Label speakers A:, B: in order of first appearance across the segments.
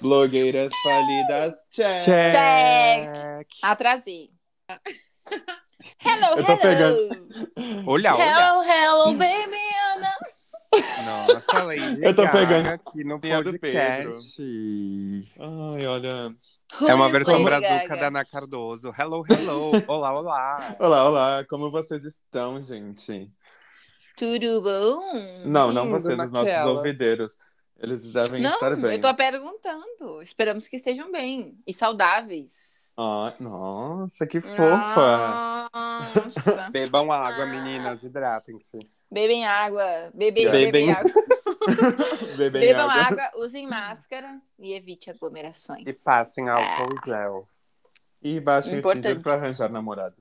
A: Blogueiras falidas, check.
B: Check. Atrasei. Hello,
A: Eu tô
B: hello.
A: pegando.
C: Olha, olha.
B: Hello, hello, baby. Ana.
C: Nossa, Lady
A: Eu tô
C: Gaga
A: pegando.
C: aqui no
A: Tem a do
C: podcast.
A: Ai, olha.
C: É uma versão
B: Lady
C: brazuca
B: Gaga.
C: da Ana Cardoso. Hello, hello. Olá, olá.
A: Olá, olá. Como vocês estão, gente?
B: Tudo bom?
A: Não, não
C: Lindo
A: vocês, os
C: naquelas.
A: nossos ouvideiros. Eles devem
B: Não,
A: estar tá bem.
B: eu tô perguntando. Esperamos que estejam bem e saudáveis.
A: Ah, nossa,
B: Ah.
A: que fofa.
B: Nossa.
C: Bebam água, meninas, hidratem-se.
B: Bebem água. Bebem,
A: Bebem
B: bebem, água.
A: Bebem
B: Bebam
A: água.
B: água, usem máscara e evite aglomerações.
C: E passem álcool em gel.
A: E baixem o Tinder
B: Importante.
A: pra arranjar namorado.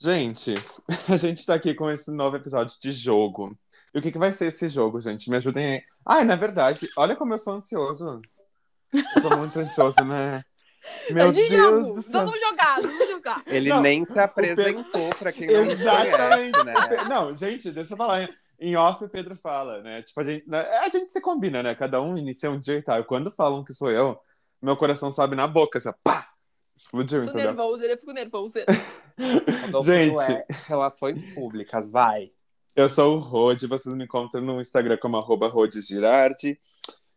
A: Gente, a gente tá aqui com esse novo episódio de jogo. E o que, que vai ser esse jogo, gente? Me ajudem aí. Ai, na verdade, olha como eu sou ansioso. Eu sou muito ansioso, né? Meu
B: É de
A: Deus
B: jogo.
A: do céu.
B: Vamos jogar, vamos jogar.
C: Ele
A: Não,
C: nem se apresentou pra quem não
A: Exatamente.
C: Exatamente. conhece, né?
A: Não, gente, deixa eu falar. Em- Em off, o Pedro fala, né? Tipo, a gente, né, a gente se combina, né? Cada um inicia um dia e tal. E quando falam que sou eu, meu coração sobe na boca, assim, ó, pá! Explodiu,
B: Fico
A: entendeu?
B: nervoso, eu fico nervoso.
C: Rodolfo
A: Gente,
C: Ué, é?" relações públicas, vai.
A: eu sou o Rode, vocês me encontram no Instagram como arroba Rode Girardi.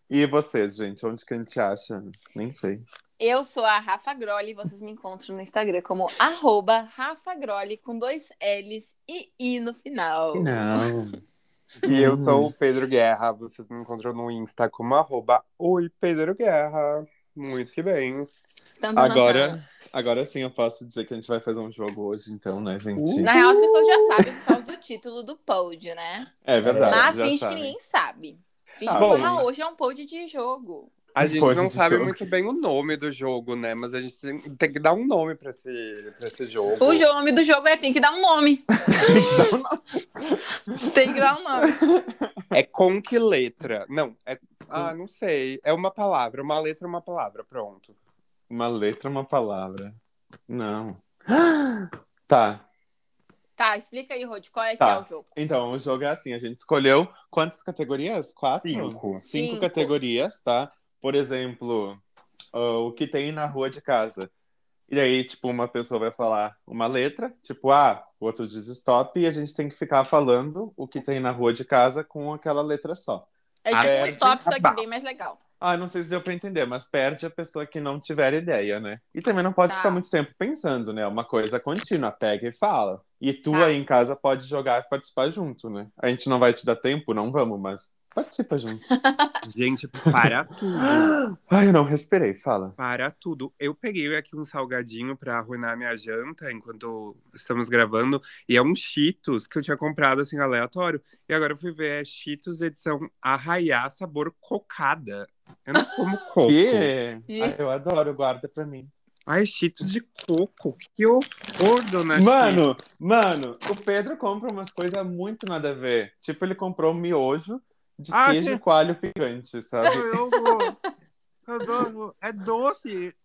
A: E vocês, gente, onde que a gente acha? Nem sei.
B: Eu sou a Rafa Grolli, vocês me encontram no Instagram como arroba Rafa Grolli com dois L's e I no final.
A: né? Não.
C: E
A: Uhum.
C: eu sou o Pedro Guerra. Vocês me encontram no Insta como arroba Oi Pedro Guerra. Muito que bem.
B: Tan, tan, tan, tan.
A: Agora, agora sim eu posso dizer que a gente vai fazer um jogo hoje, então, né, gente?
B: Na real, as pessoas já sabem por causa do título do pod, né?
A: É verdade.
B: Mas
A: já
B: finge
A: sabe.
B: que ninguém sabe. Finge
A: Ah,
B: que
A: bom.
B: ah, hoje é um pod de jogo.
C: A gente
A: Pode
C: não
A: de
C: sabe
A: jogo.
C: muito bem o nome do jogo, né? Mas a gente tem- tem que dar um nome pra esse, pra esse jogo.
B: O jo- nome do jogo é tem que dar um nome.
A: um
B: tem que dar um nome.
C: É com que letra? Não, é. Ah, não sei. É uma palavra, uma letra, uma palavra. Pronto.
A: Uma letra, uma palavra. Não. Tá.
B: Tá, explica aí, Rod, qual é que
A: Tá.
B: é o jogo?
A: Então, o jogo é assim: a gente escolheu quantas categorias? Quatro?
C: Cinco.
B: Cinco.
A: Tipo, categorias, tá? Por exemplo, ah, o que tem na rua de casa. E aí, tipo, uma pessoa vai falar uma letra, tipo A, o outro diz stop, e a gente tem que ficar falando o que tem na rua de casa com aquela letra só.
B: É tipo um
C: Aberto,
B: stop, só que
C: acabar.
B: bem mais legal.
A: Ah, não sei se deu pra entender, mas perde a pessoa que não tiver ideia, né? E também não pode
B: Tá.
A: ficar muito tempo pensando, né? É Uma coisa contínua, pega e fala. E tu
B: Tá.
A: aí em casa pode jogar e participar junto, né? A gente não vai te dar tempo, não vamos, mas participa junto.
C: Gente, para tudo.
A: Ai, eu não respirei, fala.
C: Para tudo. Eu peguei aqui um salgadinho pra arruinar minha janta enquanto estamos gravando. E é um Cheetos que eu tinha comprado assim aleatório. E agora eu fui ver é Cheetos edição Arraiá sabor cocada. Eu não como coco.
A: Que?
B: E-
A: Ai, Ah, eu adoro, guarda pra mim.
C: Ai, Ah, Cheetos de coco. Que horror, dona Cheetos.
A: Mano, mano, o Pedro compra umas coisas muito nada a ver. Tipo, ele comprou um miojo de
C: Ah,
A: queijo
C: que-
A: com alho picante, sabe?
C: Ai, eu vou. Adoro. É doce.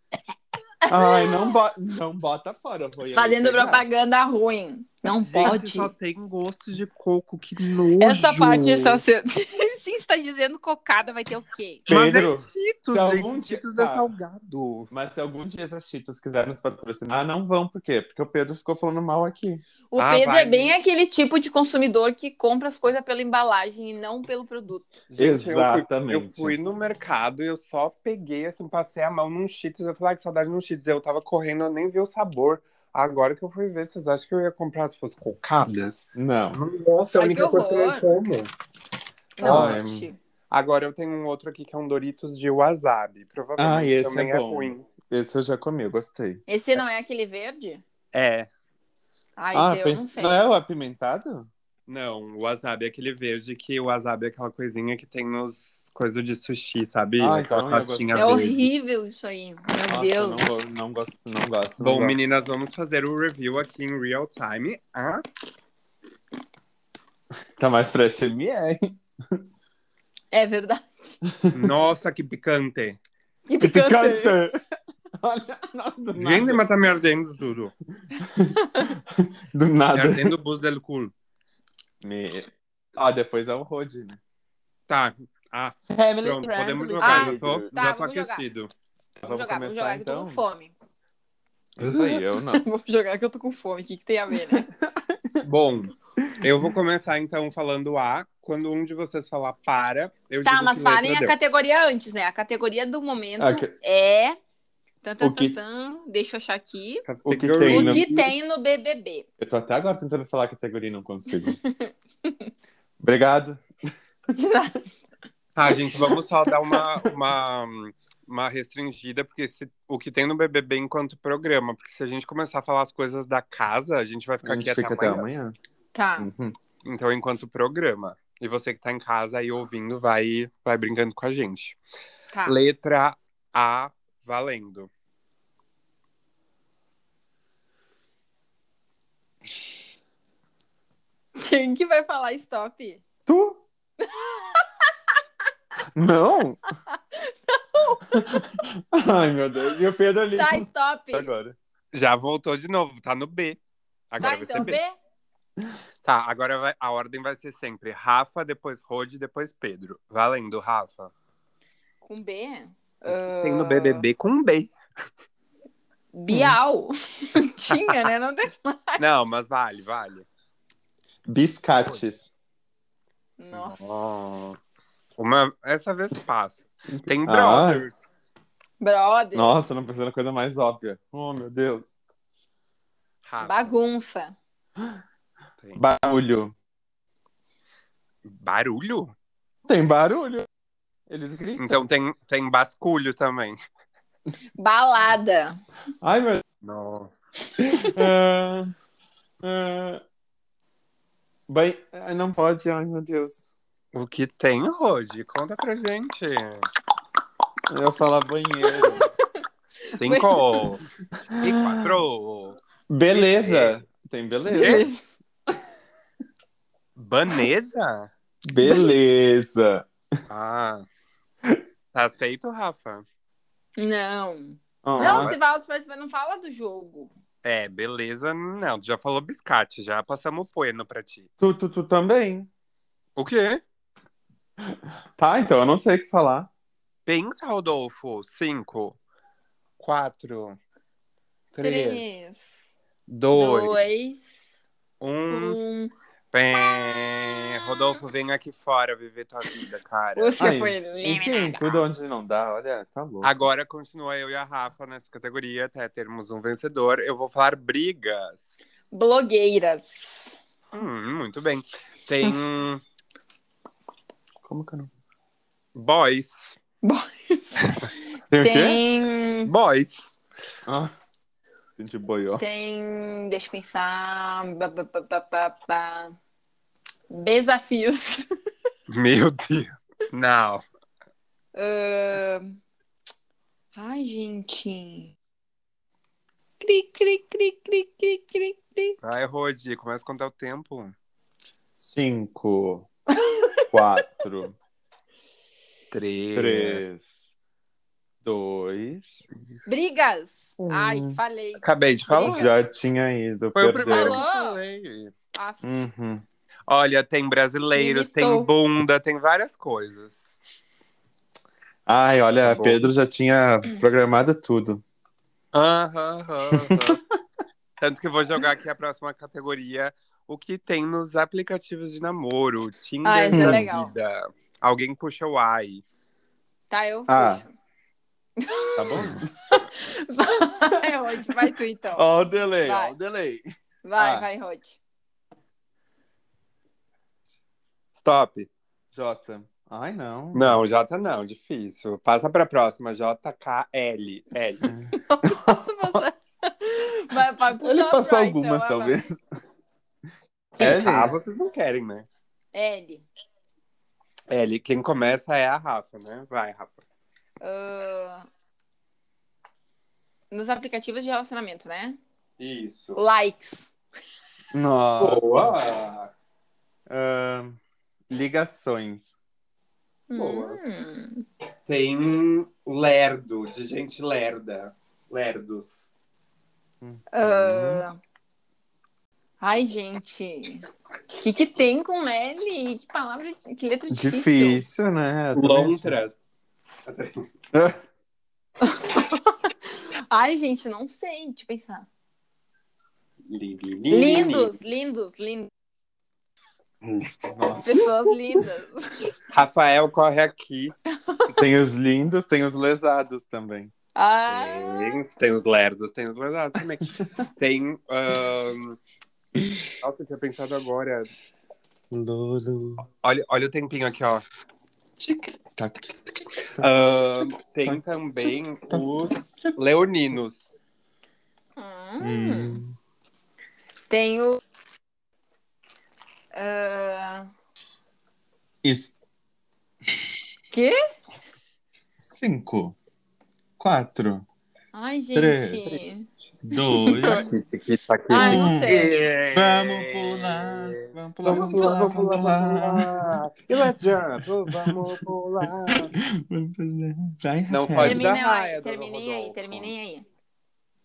A: Ai, não, bo- não bota fora, Roy.
B: Fazendo
A: propaganda.
B: propaganda ruim. Não
C: Gente,
B: pode.
C: só tem gosto de coco, que nojo.
B: Essa parte está sendo. Se está dizendo cocada, vai ter o quê?
C: Mas
A: Pedro,
C: é Cheetos,
A: se algum
C: gente.
A: dia-
C: Cheetos é
A: tá.
C: salgado.
A: Mas se algum dia essas Cheetos quiser nos patrocinar, não vão, por quê? Porque o Pedro ficou falando mal aqui.
B: O
C: Ah,
B: Pedro
C: vai.
B: é bem aquele tipo de consumidor que compra as coisas pela embalagem e não pelo produto.
C: Gente, eu fui-
A: Exatamente.
C: Eu fui, no mercado e eu só peguei, assim, passei a mão num Cheetos. Eu falei, ah, que saudade de um Cheetos. Eu tava correndo, eu nem vi o sabor. Agora que eu fui ver, vocês acham que eu ia comprar se fosse cocada?
A: Não.
C: Nossa, é a
B: Ai,
C: única
B: que
C: coisa que eu
B: horror.
C: não como.
B: Não,
C: Ah, é.
A: Ai,
B: gente.
C: Agora eu tenho um outro aqui que é um Doritos de wasabi.
A: Ah,
C: Provavelmente
A: esse
C: também
A: é
C: é,
A: bom.
C: ruim.
A: Esse eu já comi, eu gostei.
B: Esse não é aquele verde?
C: É,
B: Ah,
A: ah,
B: esse eu
A: pensa-
B: não sei.
A: não é o apimentado?
C: não, o wasabi é aquele verde que o wasabi é aquela coisinha que tem nos coisas de sushi, sabe?
A: Ah,
C: aquela
A: então eu
C: pastinha
A: é
B: É
A: gostei.
C: verde.
B: horrível isso aí. Meu
A: Nossa,
B: Deus.
A: Não, go- não gosto, não gosto. não
C: Bom,
A: gosto.
C: meninas, vamos fazer o review aqui em real time. Ah,
A: Tá mais pra SMR.
B: É verdade.
C: nossa, que picante.
B: Que picante.
A: então. Olha, não, do
C: Gente,
A: nada.
C: mas tá me ardendo tudo.
A: Do
C: Me
A: nada.
C: ardendo o bus del culo.
A: Me- Ah, depois é o Rod, né?
C: Tá, Ah,
B: é
A: Family
C: pronto, podemos
A: friendly,
C: jogar.
A: querido.
C: já tô,
B: Tá,
C: já tô
B: vamos jogar.
C: aquecido.
B: Vamos jogar, vamos jogar, que eu
A: então?
B: tô com fome.
A: Isso aí, eu não.
B: Vamos jogar que eu tô com fome, o que, que tem a ver, né?
C: Bom, eu vou começar então falando A. Quando um de vocês falar para, eu
B: Tá,
C: digo
B: mas
C: que letra
B: falem a
C: deu.
B: categoria antes, né? A categoria do momento
A: Ah, que-
B: é. Tan, tan,
A: O que-
B: tan, tan. Deixa eu achar aqui.
A: O que
C: Categoria.
A: tem,
B: O
A: né?
B: que tem no BBB?
A: Eu tô até agora tentando falar a categoria e não consigo. Obrigado.
C: Tá, gente, vamos só dar uma, uma, uma restringida, porque se, o que tem no BBB enquanto programa, porque se a gente começar a falar as coisas da casa, a gente vai ficar
A: a gente
C: aqui
A: fica
C: até
A: até
C: amanhã.
A: amanhã.
B: Tá.
A: Uhum.
C: Então, enquanto programa. E você que tá em casa aí ouvindo, vai, vai brincando com a gente.
B: Tá.
C: Letra A, valendo.
B: Quem que vai falar stop?
A: Tu? não? Ai, meu Deus. E o Pedro ali.
B: Tá, stop.
A: agora.
C: Já voltou de novo, tá no B. Agora
B: Tá,
C: vai
B: então,
C: ser B.
B: B?
C: Tá, agora vai- a ordem vai ser sempre Rafa, depois Rode, depois Pedro. Valendo, Rafa.
B: Com B?
C: O que tem no BBB com B?
B: Bial.
A: Hum.
B: Tinha, né? Não tem.
C: Não, mas vale, vale.
A: Biscates.
B: Nossa.
C: Uma, essa vez passa. Tem
A: Ah.
C: Brothers.
B: Brother.
A: Nossa, não pensando na coisa mais óbvia. Oh, meu Deus.
C: Rafa,
B: Bagunça.
C: tem.
A: Barulho.
C: Barulho?
A: Tem barulho. Eles gritam.
C: Então tem, tem basculho também.
B: Balada.
A: Ai, meu
C: Nossa.
A: Ah, ah, Bem, ah, não pode, ai meu Deus.
C: O que tem hoje? Conta pra gente.
A: Eu ia falar banheiro.
C: Cinco. e quatro. É.
A: Beleza. Tem beleza.
B: Beleza.
C: Banesa?
A: Beleza.
C: Ah. Tá aceito, Rafa?
B: Não.
A: Ah,
B: Não, se vai, se vai, se vai, não fala do jogo.
C: É, beleza. Não, tu já falou biscate, já passamos o poeno pra ti.
A: tu, tu, tu também.
C: O quê?
A: Tá, então eu não sei o que falar.
C: Pensa, Rodolfo. Cinco, quatro, três,
B: Três.
C: dois,
B: Dois.
A: Hum.
C: um.
B: Um.
C: Pé. Rodolfo, vem aqui fora viver tua vida, cara.
B: Você
A: Aí,
B: foi
A: Enfim,
B: eliminada.
A: tudo onde não dá, olha, tá louco.
C: Agora continua eu e a Rafa nessa categoria até termos um vencedor. Eu vou falar brigas.
B: Blogueiras.
C: Hum, muito bem. Tem um
A: Como que é eu não.
C: boys.
A: Tem o quê?
B: Tem.
C: Boys.
A: Ah, gente boiou.
B: Tem. Deixa eu pensar. Ba, ba, ba, ba, ba, ba. Desafios.
C: Meu Deus. Não.
B: Ahn. Ai, gente. Cri, cri, cri, cri, cri, cri, cri.
C: Vai, Rodi, Ah, começa a contar o tempo.
A: Cinco, quatro,
C: Três.
A: três, dois.
B: Brigas.
A: Hum.
B: Ai, falei.
C: Acabei de falar.
B: Brigas.
A: Já tinha ido,
C: Foi o
A: perdeu.
C: primeiro que
B: Falou.
C: falei.
B: Aff.
A: Uhum.
C: Olha, tem brasileiros,
B: Limitou.
C: tem bunda, tem várias coisas.
A: Ai, olha,
C: Tá bom.
A: Pedro já tinha programado tudo.
C: Aham, aham, aham. Tanto que eu vou jogar aqui a próxima categoria. O que tem nos aplicativos de namoro? Tinder
B: Ah, esse é
C: da
B: legal.
C: vida. Alguém puxa o ai.
B: Tá, eu
A: Ah.
B: puxo.
C: Tá bom?
B: Vai, Rod, vai tu então.
A: Ó o delay,
B: ó Vai. o
A: delay.
B: Vai,
A: Ah.
B: vai, Rod.
C: Stop.
A: Jota. Ai, não.
C: Não, J não, difícil. Passa pra próxima, JKL. L.
B: Posso passar? Vai, vai puxar
A: Ele
B: a
A: passou
B: Fry,
A: algumas,
B: então, vai lá.
A: talvez.
C: L?
A: L?
C: Ah, vocês não querem, né?
B: L.
C: L, quem começa é a Rafa, né? Vai, Rafa.
B: Ahn. Nos aplicativos de relacionamento, né?
C: Isso.
B: Likes.
A: Nossa.
C: Boa!
A: Ahn, ligações.
C: Boa.
B: Hum.
C: Tem um lerdo, de gente lerda. Lerdos.
B: Ah, Ai, gente. O que, que tem com L? Que palavra, que letra difícil.
A: Difícil, né? Eu também
C: Lontras.
B: Ai, gente, não sei. Deixa eu pensar.
C: Li, li, li, li.
B: Lindos, lindos, lindos.
A: acho. Nossa.
B: Pessoas lindas.
C: Rafael corre aqui.
A: Tem os lindos, tem os lesados também.
B: Ah,
C: Tem, tem os lerdos, tem os lesados também. tem. ahn, Nossa, eu tinha pensado agora.
A: Lulu.
C: Olha, olha o tempinho aqui, ó. Ahn, tem
A: Tá.
C: também os leoninos.
B: hum.
A: Hum.
B: Tenho. Ah,
A: Isso.
B: Quê?
A: Cinco. Quatro.
B: Ai, gente.
A: Três. Dois.
B: Ai, não
A: Hum.
B: sei.
A: Vamos pular. Vamos pular, vamos pular, vamos pular.
C: E let's jump, vamos pular.
A: Vamos pular. Vai, Rafael.
C: Não pode.
B: Terminem
C: dar raia,
B: aí,
C: dona
B: terminem aí,
C: Rodolfo.
B: terminem aí.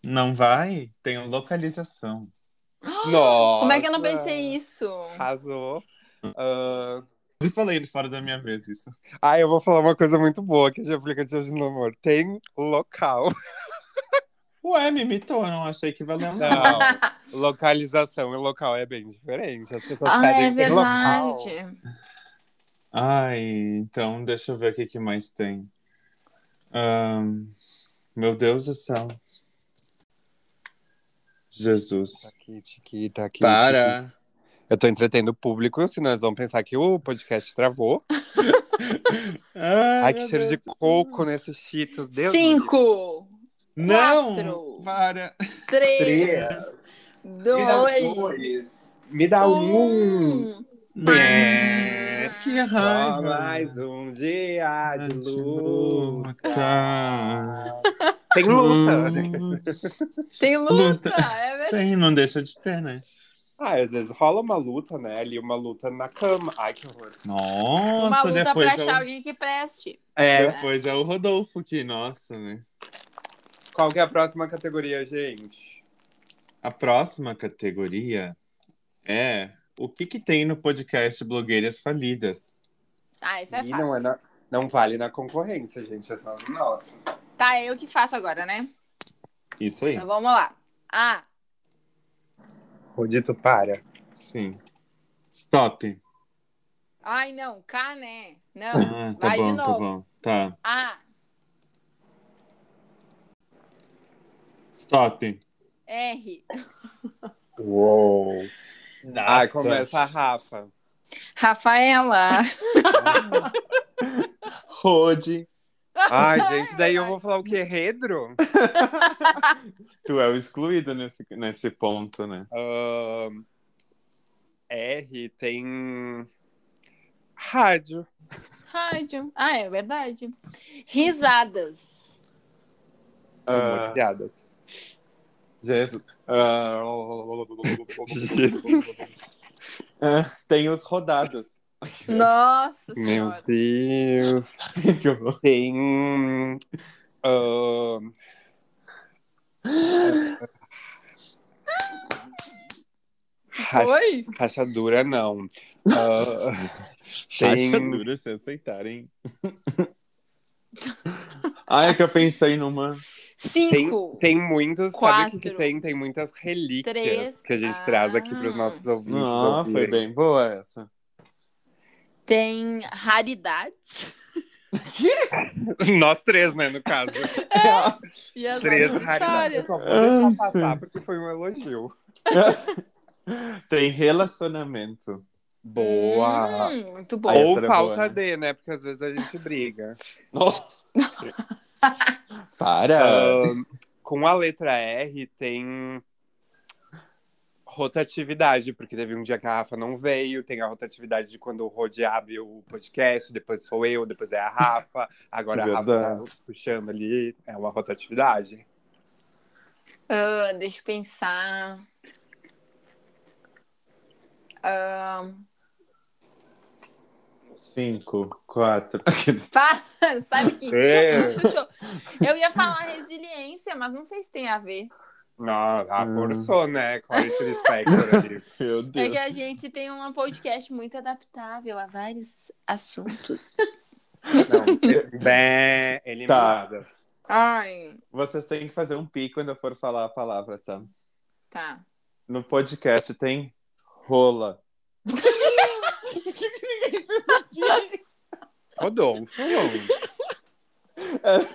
A: Não vai? Tem localização.
C: Nossa.
B: Como é que eu não pensei isso?
C: Arrasou. Ahn,
A: Eu falei fora da minha vez isso.
C: Ah, eu vou falar uma coisa muito boa aqui de aplicativo de namoro. Tem local.
A: Ué, me imitou, não achei que valeu nada.
C: Não, localização e local é bem diferente. As pessoas
B: Ah,
C: pedem
B: é
C: "Tem local".
B: verdade.
A: Ai, então deixa eu ver o que que mais tem. Ahn, meu Deus do céu.
C: Tá
A: Jesus.
C: aqui, Tiqui, tá aqui, Tiqui.
A: Para.
C: Eu tô entretendo o público, senão eles vão pensar que uh, o podcast travou.
A: Ai,
C: Ai, que
A: meu
C: cheiro de
A: Deus do céu.
C: coco nesses cheetos. Deus
B: Cinco,
A: Não!
B: Quatro.
A: Para.
B: três, dois,
C: Dois. Me dá um.
B: um.
A: É, que
C: Só
A: raiva.
C: mais um dia de luta.
A: Tá.
C: Tem luta.
B: Tem luta,
A: Luta.
B: é verdade.
A: Tem, não deixa de ter, né?
C: Ah, às vezes rola uma luta, né? Ali uma luta na cama. Ai, que horror.
A: Nossa,
B: Uma luta
A: depois
B: pra
A: é o-
B: achar alguém que preste.
C: É,
A: Depois é o Rodolfo que, nossa, né?
C: qual que é a próxima categoria, gente?
A: A próxima categoria é o que, que tem no podcast Blogueiras Falidas.
B: Ah, isso é
C: Ih,
B: fácil.
C: não, é na- não vale na concorrência, gente. É só no nosso.
B: Tá, é eu que faço agora, né?
A: Isso aí.
B: Então vamos lá. A.
C: Rodito, para.
A: Sim. Stop.
B: Ai, não. K, né? Não.
A: Ah, tá
B: Vai de
A: bom, tá
B: novo.
A: bom. Tá.
B: A.
A: Stop.
B: R.
C: Uou. Ai,
A: Nossa.
C: começa a Rafa.
B: Rafaela.
A: Rode.
C: Ai, gente, daí eu vou falar o quê? Redro?
A: Tu é o excluído nesse, nesse ponto, né?
C: Ahn, R tem. Rádio.
B: Rádio. Ah, é verdade. Risadas.
A: Ah.
C: Piadas.
A: Jesus. Ah, ah, tem os rodados.
B: Nossa
C: Meu
B: Senhora.
C: Deus.
A: que horror.
C: Tem. ah, ahn, racha-
B: Oi?
C: Rachadura, não. Ah, tem-
A: Acha é duro se aceitarem. Ai, é que eu pensei numa.
B: Cinco.
C: tem muitos, sabe o que, que
B: Quatro.
C: tem? Tem muitas relíquias
B: Três.
C: que a gente
B: Ah.
C: traz aqui para os nossos ouvintes.
A: Ah, foi
C: ouvirem.
A: bem boa essa.
B: Tem raridades.
C: Nós três, né, no caso.
B: E as
C: três
B: nossas
C: raridades. Eu
B: histórias.
C: só vou
A: Ah,
C: deixar passar
A: sim.
C: porque foi um elogio.
A: Tem relacionamento.
C: Boa!
B: Hum, muito
A: Ah, essa
B: bom.
C: Ou
A: era
C: falta
A: boa, né?
C: de, né? Porque às vezes a gente briga.
A: Para!
C: Ahn, com a letra R tem rotatividade, porque teve um dia que a Rafa não veio, tem a rotatividade de quando o Rod abre o podcast, depois sou eu, depois é a Rafa, agora a Rafa
A: Verdade.
C: tá puxando ali, é uma rotatividade.
B: Ah, deixa eu pensar. Ah,
A: Cinco, quatro.
B: fa- Sabe que
C: É.
B: chuchu, chuchu. Eu ia falar resiliência, mas não sei se tem a ver.
C: Nossa, ah,
A: Hum.
C: forçou, né? Clarice Lispector ali.
A: Meu
B: É
A: Deus.
B: que a gente tem um podcast muito adaptável a vários assuntos.
C: Não, bem, ele
A: Tá.
C: manda.
B: Ai,
A: Vocês têm que fazer um pi quando eu for falar a palavra, tá?
B: tá.
A: No podcast tem rola.
C: Rodolfo.
A: É.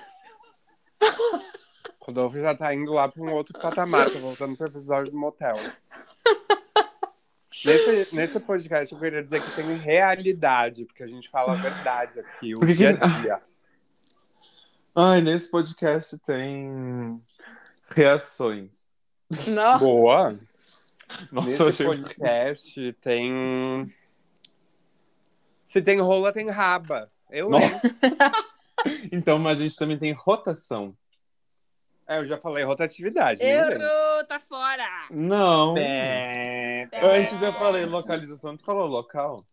C: Rodolfo já tá indo lá pra um outro patamar, tá voltando pro episódio do motel. Nesse, nesse podcast eu queria dizer que tem realidade, porque a gente fala a verdade aqui, o
A: Por que que-
C: dia a dia.
A: Ai, nesse podcast tem reações.
B: Nossa.
C: Boa!
A: Nossa, eu
C: Nesse
A: achei...
C: podcast tem. Se tem rola, tem raba. Eu,
A: Nossa. Então, mas a gente também tem rotação.
C: é, eu já falei rotatividade. não tem.
B: Errou, tá fora.
A: Não.
C: É. Bé,
B: É.
C: bé.
A: Antes eu falei localização, tu falou local.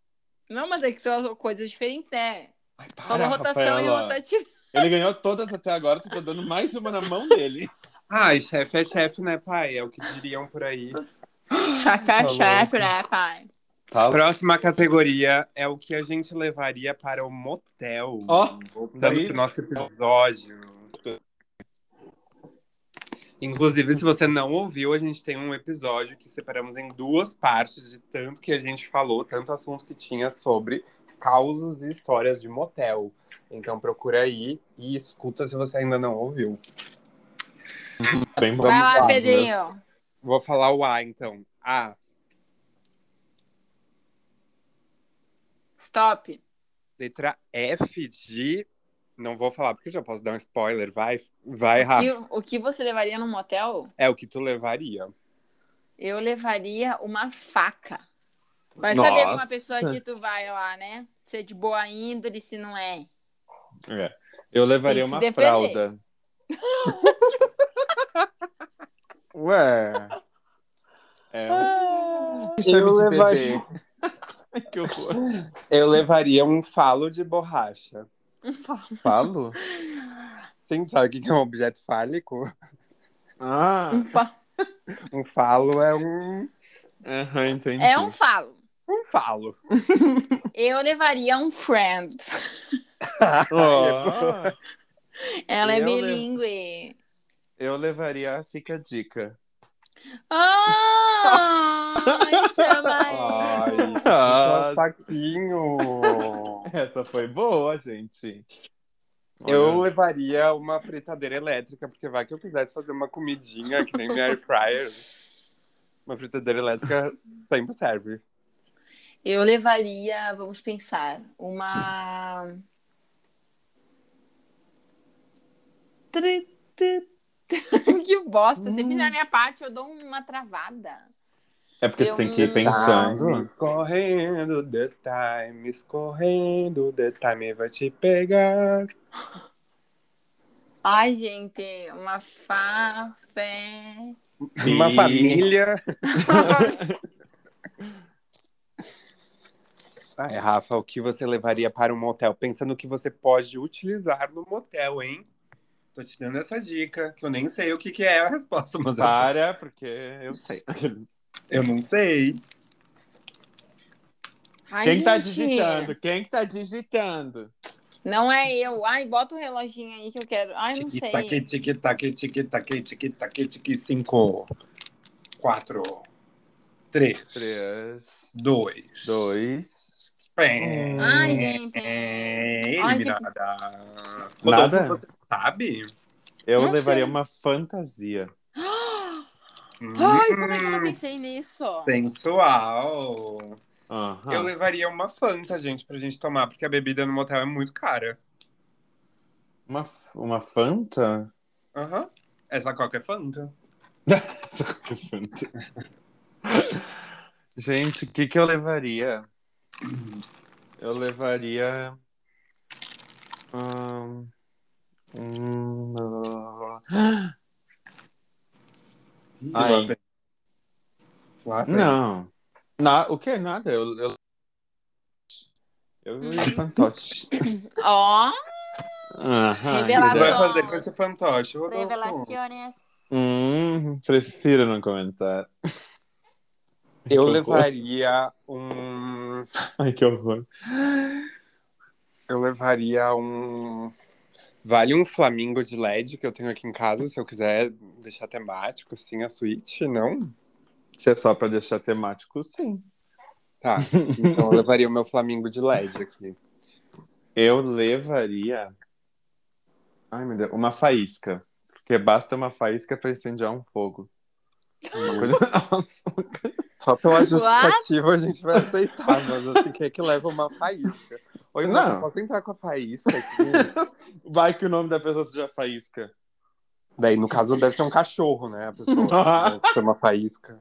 B: Não, mas é que são coisas diferentes, né?
A: Ai, para,
B: Falou rotação e
A: Ah,
B: tipo,
A: Rafaela.
B: rotativo.
A: Ele ganhou todas até agora, tu tá dando mais uma na mão dele.
C: Ai, chefe é chefe, né, pai? É o que diriam por aí.
B: Chafé,
A: louco.
B: chefe, né, pai?
A: Tá
C: Próxima categoria é o que a gente levaria para o motel.
A: Ó, tá
C: Voltando
A: daí-
C: pro nosso episódio. Inclusive, se você não ouviu, a gente tem um episódio que separamos em duas partes de tanto que a gente falou, tanto assunto que tinha sobre causos e histórias de motel. Então procura aí e escuta se você ainda não ouviu.
A: bem bom.
C: Vamos
B: Vai lá,
C: lá,
B: Pedrinho.
C: Vou falar o A, então. A.
B: Stop.
C: Letra F de. Não vou falar, porque eu já posso dar um spoiler. Vai, vai,
B: E
A: Ah.
C: Rafa.
B: o- o que você levaria num motel?
C: É o que tu levaria.
B: Eu levaria uma faca. Vai saber com uma
A: Nossa.
B: pessoa que tu vai lá, né? Se é de boa índole, se não é.
A: É. Eu levaria
B: Tem que se
A: uma
B: defender.
A: fralda.
C: Ué.
A: É.
B: Ah.
C: Eu levaria,
A: Ai, que horror.
C: eu levaria um falo de borracha.
B: Um
A: Falo?
C: Tem sabe o que que é um objeto fálico?
A: Ah,
B: Um fa-
C: Um falo é um,
A: aham, entendi.
B: É um falo.
C: um falo.
B: Eu levaria um friend.
A: Ó,
B: Ela é
A: Eu levo-
B: bilíngue.
A: eu levaria, fica a dica.
B: Ah! chama
C: Ai,
B: ele.
C: ah,
A: Ah,
C: saquinho.
A: Essa foi boa, gente.
C: Eu
A: Olha,
C: levaria uma fritadeira elétrica, porque vai que eu quisesse fazer uma comidinha que nem minha air fryer. Uma fritadeira elétrica sempre serve.
B: Eu levaria, vamos pensar, uma. Tri- tri- que bosta! Sempre na minha parte eu dou uma travada.
A: É porque
B: eu
A: tu tem que ir
B: não-
A: pensando.
C: Time escorrendo, the time escorrendo, the time vai te pegar.
B: Ai, gente, uma fafé.
C: Uma
A: E-
C: família. Ai, Rafa, o que você levaria para um motel? Pensa no que você pode utilizar no motel, hein? Tô te dando essa dica, que eu nem sei o que, que é a resposta, mas eu-
A: Para, porque eu sei.
C: eu não sei.
B: Ai,
A: Quem tá
B: gente,
A: digitando? Quem que tá digitando?
B: Não é eu. Ai, bota o reloginho aí que eu quero. Ai, não sei.
C: Tic-tac, tic-tac, tic-tac, tic-tac, tic Cinco, quatro, três,
A: Três,
C: dois,
A: dois.
C: Pé.
A: um,
B: Ai, gente. Ai,
C: eliminada.
A: Nada?
C: Rodolfo, você sabe?
A: Eu
B: Não
A: levaria
B: sei.
A: uma fantasia.
B: Ai, como é que eu não pensei
C: Hum,
B: nisso?
C: Sensual.
A: Aham.
C: Eu levaria uma Fanta, gente, pra gente tomar, porque a bebida no motel é muito cara.
A: Uma, f- uma Fanta?
C: Aham. Essa coca é Fanta.
A: Só que Fanta. Gente, o que, que eu levaria? Eu levaria. ahn, hum, ah,
C: Ih,
A: Ai.
C: lá vem. Lá vem.
A: não. Na, o que? Nada. Eu. Eu, eu, eu fantoche.
B: Ó,
A: Aham,
C: O que você vai
B: Revelação.
C: fazer com esse fantoche? Rodolfo?
D: Revelações.
A: Hum, prefiro não comentar.
C: Eu
A: Que horror.
C: levaria um.
A: Ai, que horror.
C: Eu levaria um. Vale um flamingo de LED que eu tenho aqui em casa, se eu quiser deixar temático, assim, a suíte, não?
A: Se é só pra deixar temático, sim.
C: Tá. Então eu levaria o meu flamingo de LED aqui.
A: Eu levaria. Ai, meu Deus, uma faísca. Porque basta uma faísca pra incendiar um fogo. Uma coisa- Nossa.
C: Só pela
B: justificativa
C: a gente vai aceitar, mas assim, quem é que leva uma faísca? Oi,
A: moça,
C: não. posso entrar com a faísca aqui?
A: Vai que o nome da pessoa seja faísca.
C: Daí, no caso, deve ser um cachorro, né? A pessoa né, se chama faísca.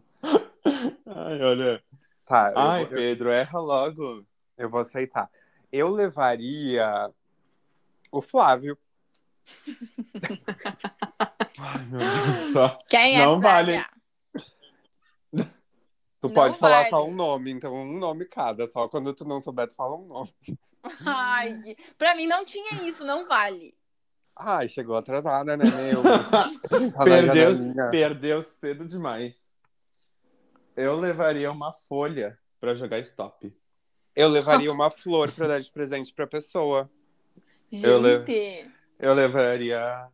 A: Ai, olha.
C: Tá, eu,
A: Ai,
C: eu-
A: Pedro, erra logo.
C: eu vou aceitar. Eu levaria o Flávio.
A: Ai, meu Deus do céu.
B: Quem é
A: Não vale.
B: Flávia?
C: Tu
B: Não
C: pode falar
B: vale.
C: só um nome, então um nome cada. Só quando tu não souber, tu fala um nome.
B: Ai, que- pra mim não tinha isso, não vale.
C: Ai, chegou atrasada, né, meu? Tá na
A: Perdeu,
C: janelinha.
A: perdeu cedo demais. Eu levaria uma folha pra jogar stop.
C: Eu levaria uma flor pra dar de presente pra pessoa.
B: Gente.
A: Eu levo. Eu levaria a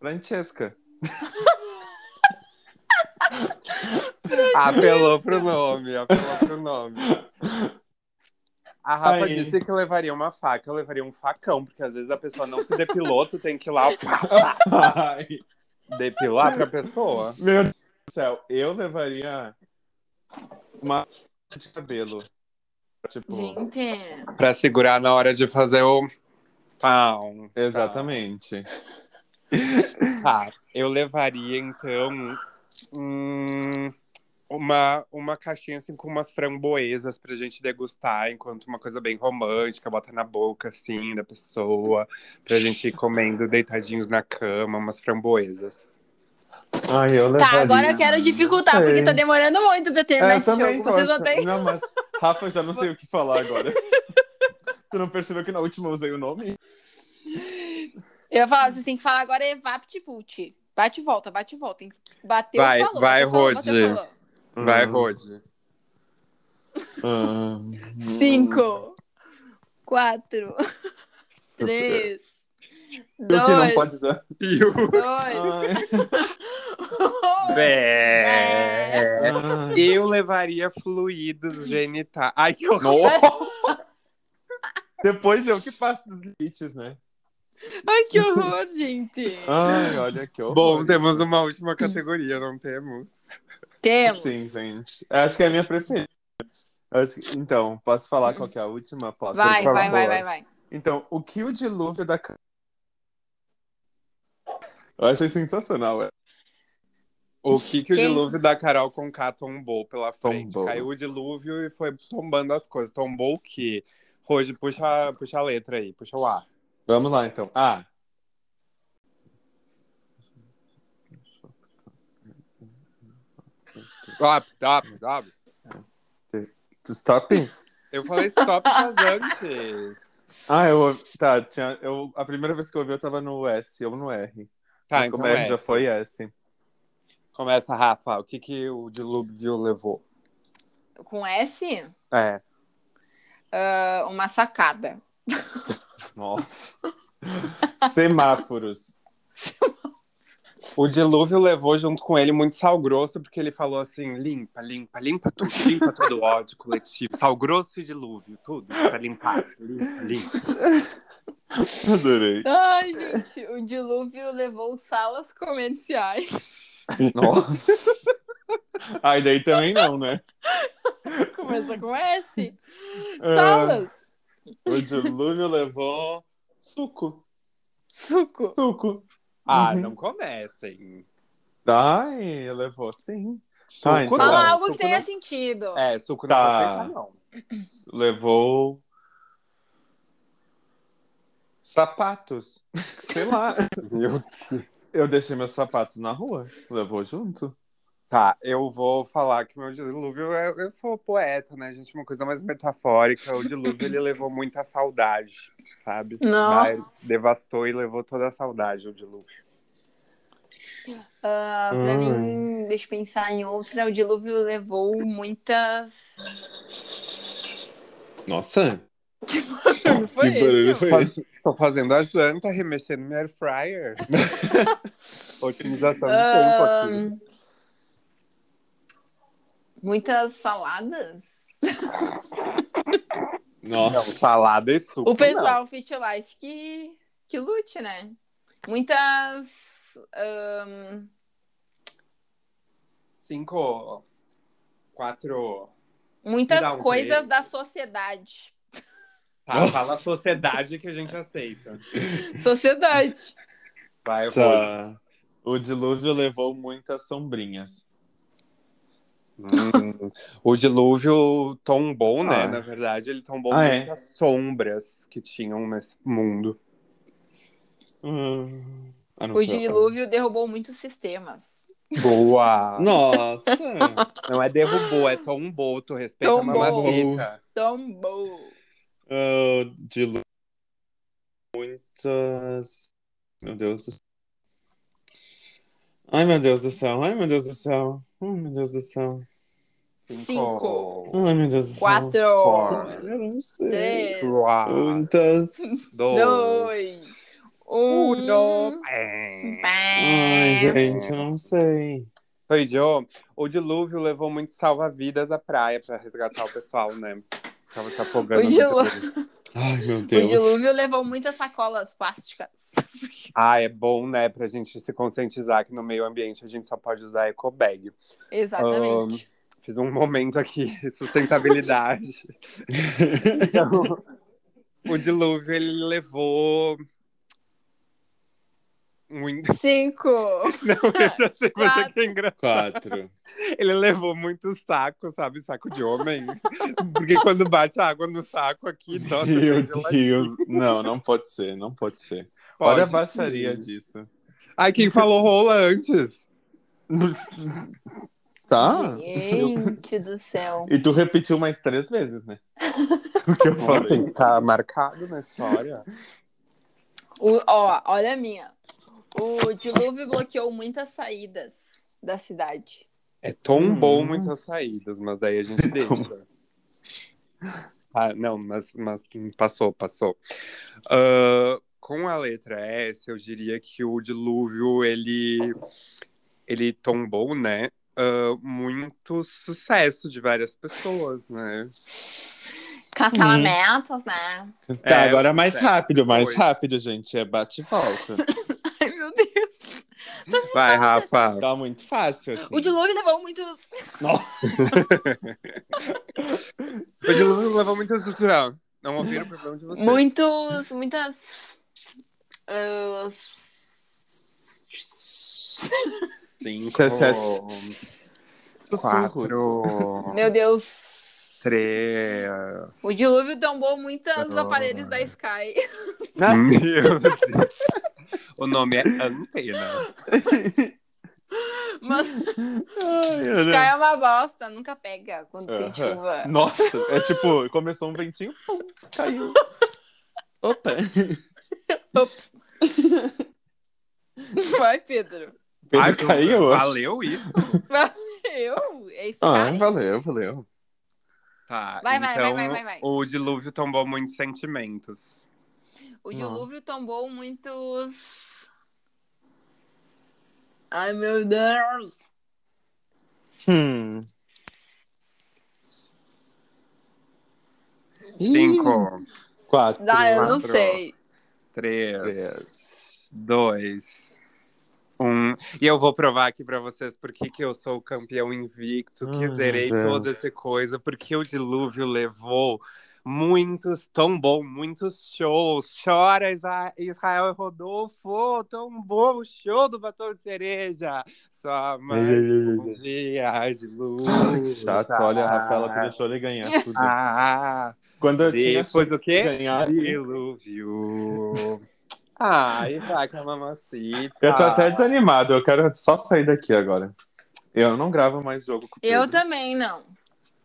A: Francesca.
C: Apelou pro nome, apelou pro nome. A Rafa
A: Aí.
C: disse que levaria uma faca, eu levaria um facão, porque às vezes a pessoa não se depilou, tu tem que ir lá pá,
A: Ai,
C: depilar pra pessoa.
A: meu Deus do céu. Eu levaria uma de cabelo. Tipo,
B: Gente.
C: Pra segurar na hora de fazer o. Pão.
A: exatamente.
C: Tá, eu levaria então hum, uma, uma caixinha assim com umas framboesas pra gente degustar, enquanto uma coisa bem romântica, bota na boca assim da pessoa, pra gente ir comendo deitadinhos na cama, umas framboesas.
A: Ai, eu
B: Tá, agora eu quero dificultar,
A: Sei.
B: porque tá demorando muito pra terminar
A: É, eu
B: esse
A: também
B: jogo.
A: tô
B: Vocês não
A: achando-
B: têm.
A: Não, mas Rafa, eu já não sei o que falar agora. tu não percebeu que na última eu usei o nome?
B: Eu ia falar, vocês têm que falar agora é Vapt-Put. Bate e volta, bate e volta. Tem que bater
C: Vai,
B: falou,
C: vai,
B: bateu, falou,
C: Rodi.
B: bateu, falou.
C: Vai, Rode.
A: Hum.
B: Cinco, quatro, três,
A: O que não Ah.
B: dois,
A: pode usar.
C: E o
B: dois,
A: Ai,
B: um.
C: Bé.
A: É. ai.
C: Eu levaria fluidos genitais. Ai, que horror.
A: Depois eu que passo dos limites, né?
B: Ai, que horror, gente.
A: Ai, olha que horror.
C: Bom, temos uma última categoria, não temos?
B: Temos.
A: Sim, gente. Acho que é a minha preferida. Acho que- Então, posso falar qual que é a última? Posso
B: Vai,
A: Por
B: vai,
A: favor.
B: vai, vai, vai.
A: Então, o que o dilúvio da... ca- Eu achei sensacional. é.
C: O que, que o
B: Quem-
C: dilúvio da Carol Conká tombou pela frente?
A: Tombou.
C: Caiu o dilúvio e foi tombando as coisas. Tombou o quê? Hoje, puxa, puxa a letra aí, puxa o A.
A: Vamos lá, então. Ah.
C: Stop, stop, stop.
A: Stop?
C: Eu falei stop mas antes.
A: Ah, eu... ouvi- Tá, tinha... eu... a primeira vez que eu ouvi eu tava no S, ou no R.
C: Tá,
A: Mas
C: então
A: como é,
C: é.
A: já foi S.
C: Começa, Rafa. O que, que o dilúvio levou?
B: Com S,
C: É.
B: ah, uma sacada.
A: Nossa. Semáforos.
C: O dilúvio levou junto com ele muito sal grosso, porque ele falou assim: limpa, limpa, limpa tudo, limpa todo o ódio coletivo. Sal grosso e dilúvio, tudo pra limpar. Limpa, limpa.
A: Adorei.
B: Ai, gente, o dilúvio levou salas comerciais.
A: Nossa. Ai, daí também não, né?
B: Começa com S.
A: Ah,
B: Salas.
A: o dilúvio levou suco.
B: Suco.
A: Suco.
C: Ah,
A: Uhum.
C: não comecem.
A: Ai, levou sim.
C: Suco
A: Ah, então.
C: não.
B: Fala algo que
C: Suco
B: tenha
C: não-
B: sentido.
C: É, suco não
A: Tá.
C: tá. não.
A: Levou. Sapatos. Sei lá.
C: Meu
A: Eu deixei meus sapatos na rua. Levou junto.
C: Tá, eu vou falar que meu dilúvio, é, eu, eu sou poeta, né, gente? Uma coisa mais metafórica. O dilúvio, ele levou muita saudade, sabe?
B: Não.
C: Vai, devastou e levou toda a saudade, o dilúvio.
B: Ah,
A: Hum.
B: pra mim, deixa eu pensar em outra. O dilúvio levou muitas.
A: Nossa,
B: Não foi
A: que barulho
B: isso?
A: foi
C: Faz-
A: esse?
C: Tô fazendo a janta, remexendo no air fryer. Otimização de
B: Ah,
C: tempo aqui.
B: Muitas saladas?
C: Não,
A: Nossa.
C: salada e suco,
B: O pessoal Fit Life que, que lute, né? Muitas. ah, ahn,
C: não. Cinco, quatro... Me
B: muitas
C: dá um
B: coisas
C: prêmio.
B: da sociedade.
C: Tá,
A: Nossa.
C: fala a sociedade que a gente aceita.
B: Sociedade.
C: Vai, eu vou.
A: Tá. O dilúvio levou muitas sombrinhas.
C: Hum, o dilúvio tombou, né?
A: Ah.
C: Na verdade, ele tombou
A: Ah, é?
C: muitas sombras que tinham nesse mundo.
A: Hum. Ah, não
B: O
A: sou eu.
B: dilúvio derrubou muitos sistemas.
C: Boa! Não,
A: Nossa!
C: é derrubou, é tombou. Tu respeita
B: Tombou.
C: a mamacita.
B: Então, Tombou.
A: o dilúvio. Muitas. Meu Deus do céu. Ai, meu Deus do céu. Ai, meu Deus do céu. Ai, meu Deus do céu.
B: Cinco.
A: Ai, meu Deus do céu.
B: Quatro.
C: Four.
A: Eu não sei.
B: Três.
C: Quatro.
A: Muitas.
C: Dois.
B: Dois. Um.
C: Uno. É.
A: Ai, gente, eu não sei.
C: Oi, Joe. O dilúvio levou muitos salva-vidas à praia pra resgatar o pessoal, né? Tava se afogando.
B: O
C: no
B: dilú-
C: dilúvio.
A: Ai, meu
B: O
A: Deus.
B: dilúvio levou muitas sacolas plásticas.
C: Ah, é bom, né, pra gente se conscientizar que no meio ambiente a gente só pode usar ecobag.
B: Exatamente.
C: Fiz um momento aqui, sustentabilidade. então, o dilúvio, ele levou... Muito...
B: Cinco.
C: Não, eu já sei, mas é que é engraçado.
A: Quatro.
C: Ele levou muito saco, sabe? Saco de homem. Porque quando bate a água no saco aqui, nossa,
A: Meu
C: tem geladinho.
A: Deus. Não, não pode ser, não pode ser.
C: Pode
A: Olha a baixaria
C: sim.
A: disso.
C: Ai, quem falou rola antes? Ah.
A: Tá?
B: Gente do céu.
A: E tu repetiu mais três vezes, né? O que eu
C: Tem
A: falei.
C: que estar marcado na história.
B: O- ó, olha a minha. O dilúvio bloqueou muitas saídas da cidade.
C: É tombou
A: Hum.
C: muitas saídas, mas daí a gente deixa. Ah, não, mas, mas passou, passou. Ah, com a letra S, eu diria que o dilúvio, ele, ele tombou, né? Ah, muito sucesso de várias pessoas, né?
B: Cancelamentos, né?
A: Tá,
C: É,
A: agora mais
C: sucesso.
A: rápido, mais
C: Foi.
A: rápido, gente. É bate e volta.
B: Ai, meu Deus.
C: Vai, Rafa.
A: Tá muito fácil, assim.
B: O dilúvio levou muitos.
C: O dilúvio levou muita estrutural. Não ouviram o problema de vocês.
B: Muitos. Muitas. ah,
C: Cinco,
A: Sucesso. Sussurros.
C: quatro,
B: Meu Deus.
C: três...
B: O dilúvio tombou muitos aparelhos
A: né?
B: da Sky.
A: Ah.
C: Meu Deus. O nome é Antena.
B: Mas
A: Ai, eu
B: Sky é uma bosta, nunca pega quando tem
A: Aham.
B: chuva.
A: Nossa, é tipo, começou um ventinho, pum, caiu. Opa.
B: Ops. Vai, Pedro.
A: Pedro caiu. eu acho.
C: então, Valeu isso.
B: Eu? É Sky?
A: Ah, valeu, valeu.
C: Tá.
B: Vai, vai,
C: então,
B: vai, vai, vai, vai.
C: O dilúvio tombou muitos sentimentos.
B: O dilúvio tombou muitos. Ai, meu Deus!
A: Hum.
C: Cinco,
A: Quatro.
B: Ah, eu não
C: Quatro.
B: sei.
C: três,
A: Três.
C: dois, um. E eu vou provar aqui pra vocês por que que eu sou o campeão invicto, que
A: Ai,
C: zerei
A: meu Deus.
C: toda essa coisa, porque o dilúvio levou muitos, tombou muitos shows. Chora Isa- Israel e Rodolfo, tombou o show do Batom de Cereja. Só mais um dia de luz.
A: Chato, olha a Rafaela, tu deixou ele ganhar tudo.
C: Tá. Ah,
A: Quando eu tinha
C: depois
A: chance
C: o quê?
A: de ganhar,
C: Dilúvio. Ai, Ah, vai com a mamacita.
A: eu tô até desanimado, eu quero só sair daqui agora. Eu não gravo mais jogo com o
B: Eu
A: Pedro.
B: também não.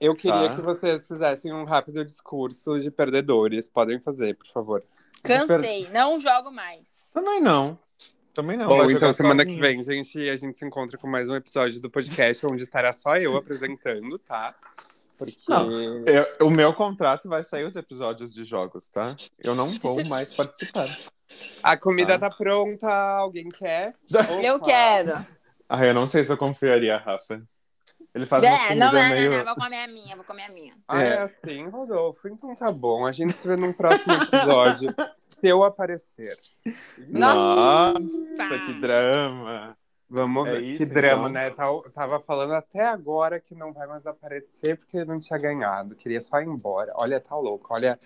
C: Eu queria
A: Tá.
C: que vocês fizessem um rápido discurso de perdedores. Podem fazer, por favor.
B: Cansei, não jogo mais.
A: Também não. Também não.
C: Bom,
A: vai
C: então
A: jogar
C: semana
A: sozinho.
C: que vem, gente, a gente se encontra com mais um episódio do podcast, onde estará só eu apresentando, tá? Porque.
A: Não. Eu- É, o meu contrato vai sair os episódios de jogos, tá? Eu não vou mais participar.
C: A comida
A: Tá.
C: tá pronta, alguém quer?
B: Eu
C: Opa.
B: quero.
A: Ah, eu não sei se eu confiaria, Rafa. Ele faz umas
B: Bé, É, não,
A: comidas
B: não, não,
A: meio...
B: não, vou comer a minha, vou comer a minha.
C: Ah, é
A: É.
C: assim, Rodolfo. Então tá bom. A gente se vê num próximo episódio. se eu aparecer.
A: Nossa,
B: Nossa!
A: que drama.
C: Vamos
A: É
C: ver.
A: isso,
C: que drama,
A: então.
C: né? Tal- Tava falando até agora que não vai mais aparecer porque não tinha ganhado. Queria só ir embora. Olha, tá louco. Olha,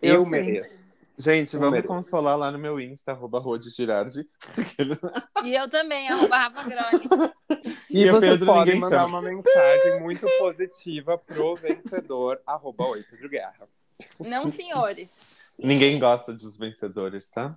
C: eu,
A: Eu sei.
C: mereço.
A: Gente,
C: Eu
A: vamos me
C: mereço.
A: consolar lá no meu Insta, arroba Rode Girardi. Aqueles-
B: E eu também, arroba Rafa Groli.
A: E o Pedro
C: podem
A: ninguém
C: mandar
A: chama.
C: uma mensagem muito positiva pro vencedor, arroba oi, Pedro Guerra.
B: Não, senhores.
A: Ninguém gosta dos vencedores, tá?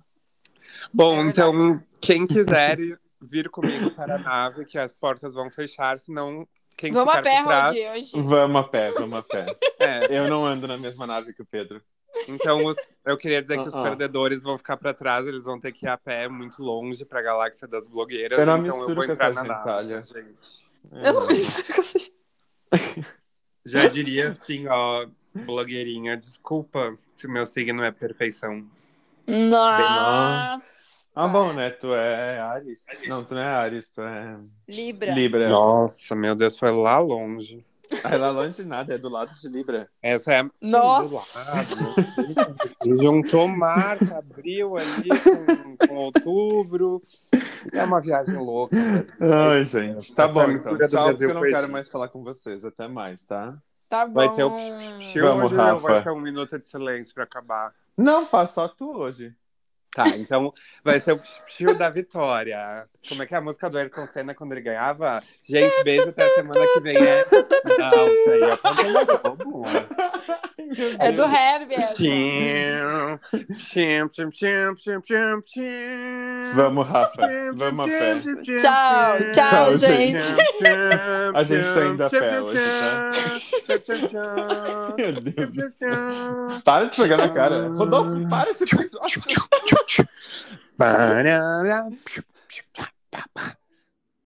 C: Bom,
B: É
C: então, quem quiser vir comigo para a nave, que as portas vão fechar, senão quem
B: Vamos
C: ficar
B: a pé,
C: por trás-
B: Rodi, hoje.
A: Vamos a pé, vamos a pé.
C: É,
A: Eu não ando na mesma nave que o Pedro.
C: Então, os- eu queria dizer que os
A: Ah, ah.
C: perdedores vão ficar pra trás, eles vão ter que ir a pé muito longe pra galáxia das blogueiras.
A: Eu não
C: então eu
A: misturo
C: vou
A: com
C: entrar
A: essa
C: na
A: gentalha.
C: nave, gente.
B: Eu não sei com essa gente.
C: Já diria assim, ó, blogueirinha, desculpa se o meu signo é perfeição.
B: Nossa.
A: Ah, bom, né? Tu é Ares.
C: Ares.
A: Não, tu não é Ares, tu é
B: Libra.
A: Libra. é
C: Nossa, meu Deus, foi lá longe.
A: Aí lá longe nada, é do lado de Libra.
C: Essa é a...
B: Nossa.
C: Do lado. Juntou março, abril ali com, com outubro. É uma viagem louca. Mas...
A: Ai, gente. Tá
C: Essa
A: bom, então.
C: mistura do
A: Tchau, porque
C: Brasil
A: eu não
C: com
A: quero
C: Egito.
A: mais falar com vocês. Até mais, tá?
B: Tá bom.
C: Vai ter o-
A: Vamos,
C: hoje não vai
A: Rafa.
C: ser um minuto de silêncio pra acabar.
A: Não, faz só tu hoje.
C: Tá, então vai ser o pio da vitória. Como é que é a música do Ayrton Senna quando ele ganhava? Gente, beijo até semana que vem. É... Não, isso aí é Pantera Lobo.
B: É do Herbert.
C: Tchim, tchim, tchim, tchim, tchim, tchim, tchim.
A: Vamos, Rafa.
C: Tchim, tchim,
A: Vamos a
C: tchim,
A: pé.
C: tchim, tchim,
B: Tchau,
C: tchim.
B: tchau,
A: Tchau,
B: gente.
C: Tchim, tchim,
A: A gente
C: tchim,
A: tá indo a
C: tchim,
A: pé
C: tchim,
A: hoje, tá?
C: tchim, tchim, tchim,
A: Meu Deus
C: tchim,
A: do
C: tchim,
A: céu.
C: tchim.
A: Para de pegar na cara. Rodolfo, para esse episódio.
C: Ba-da-da.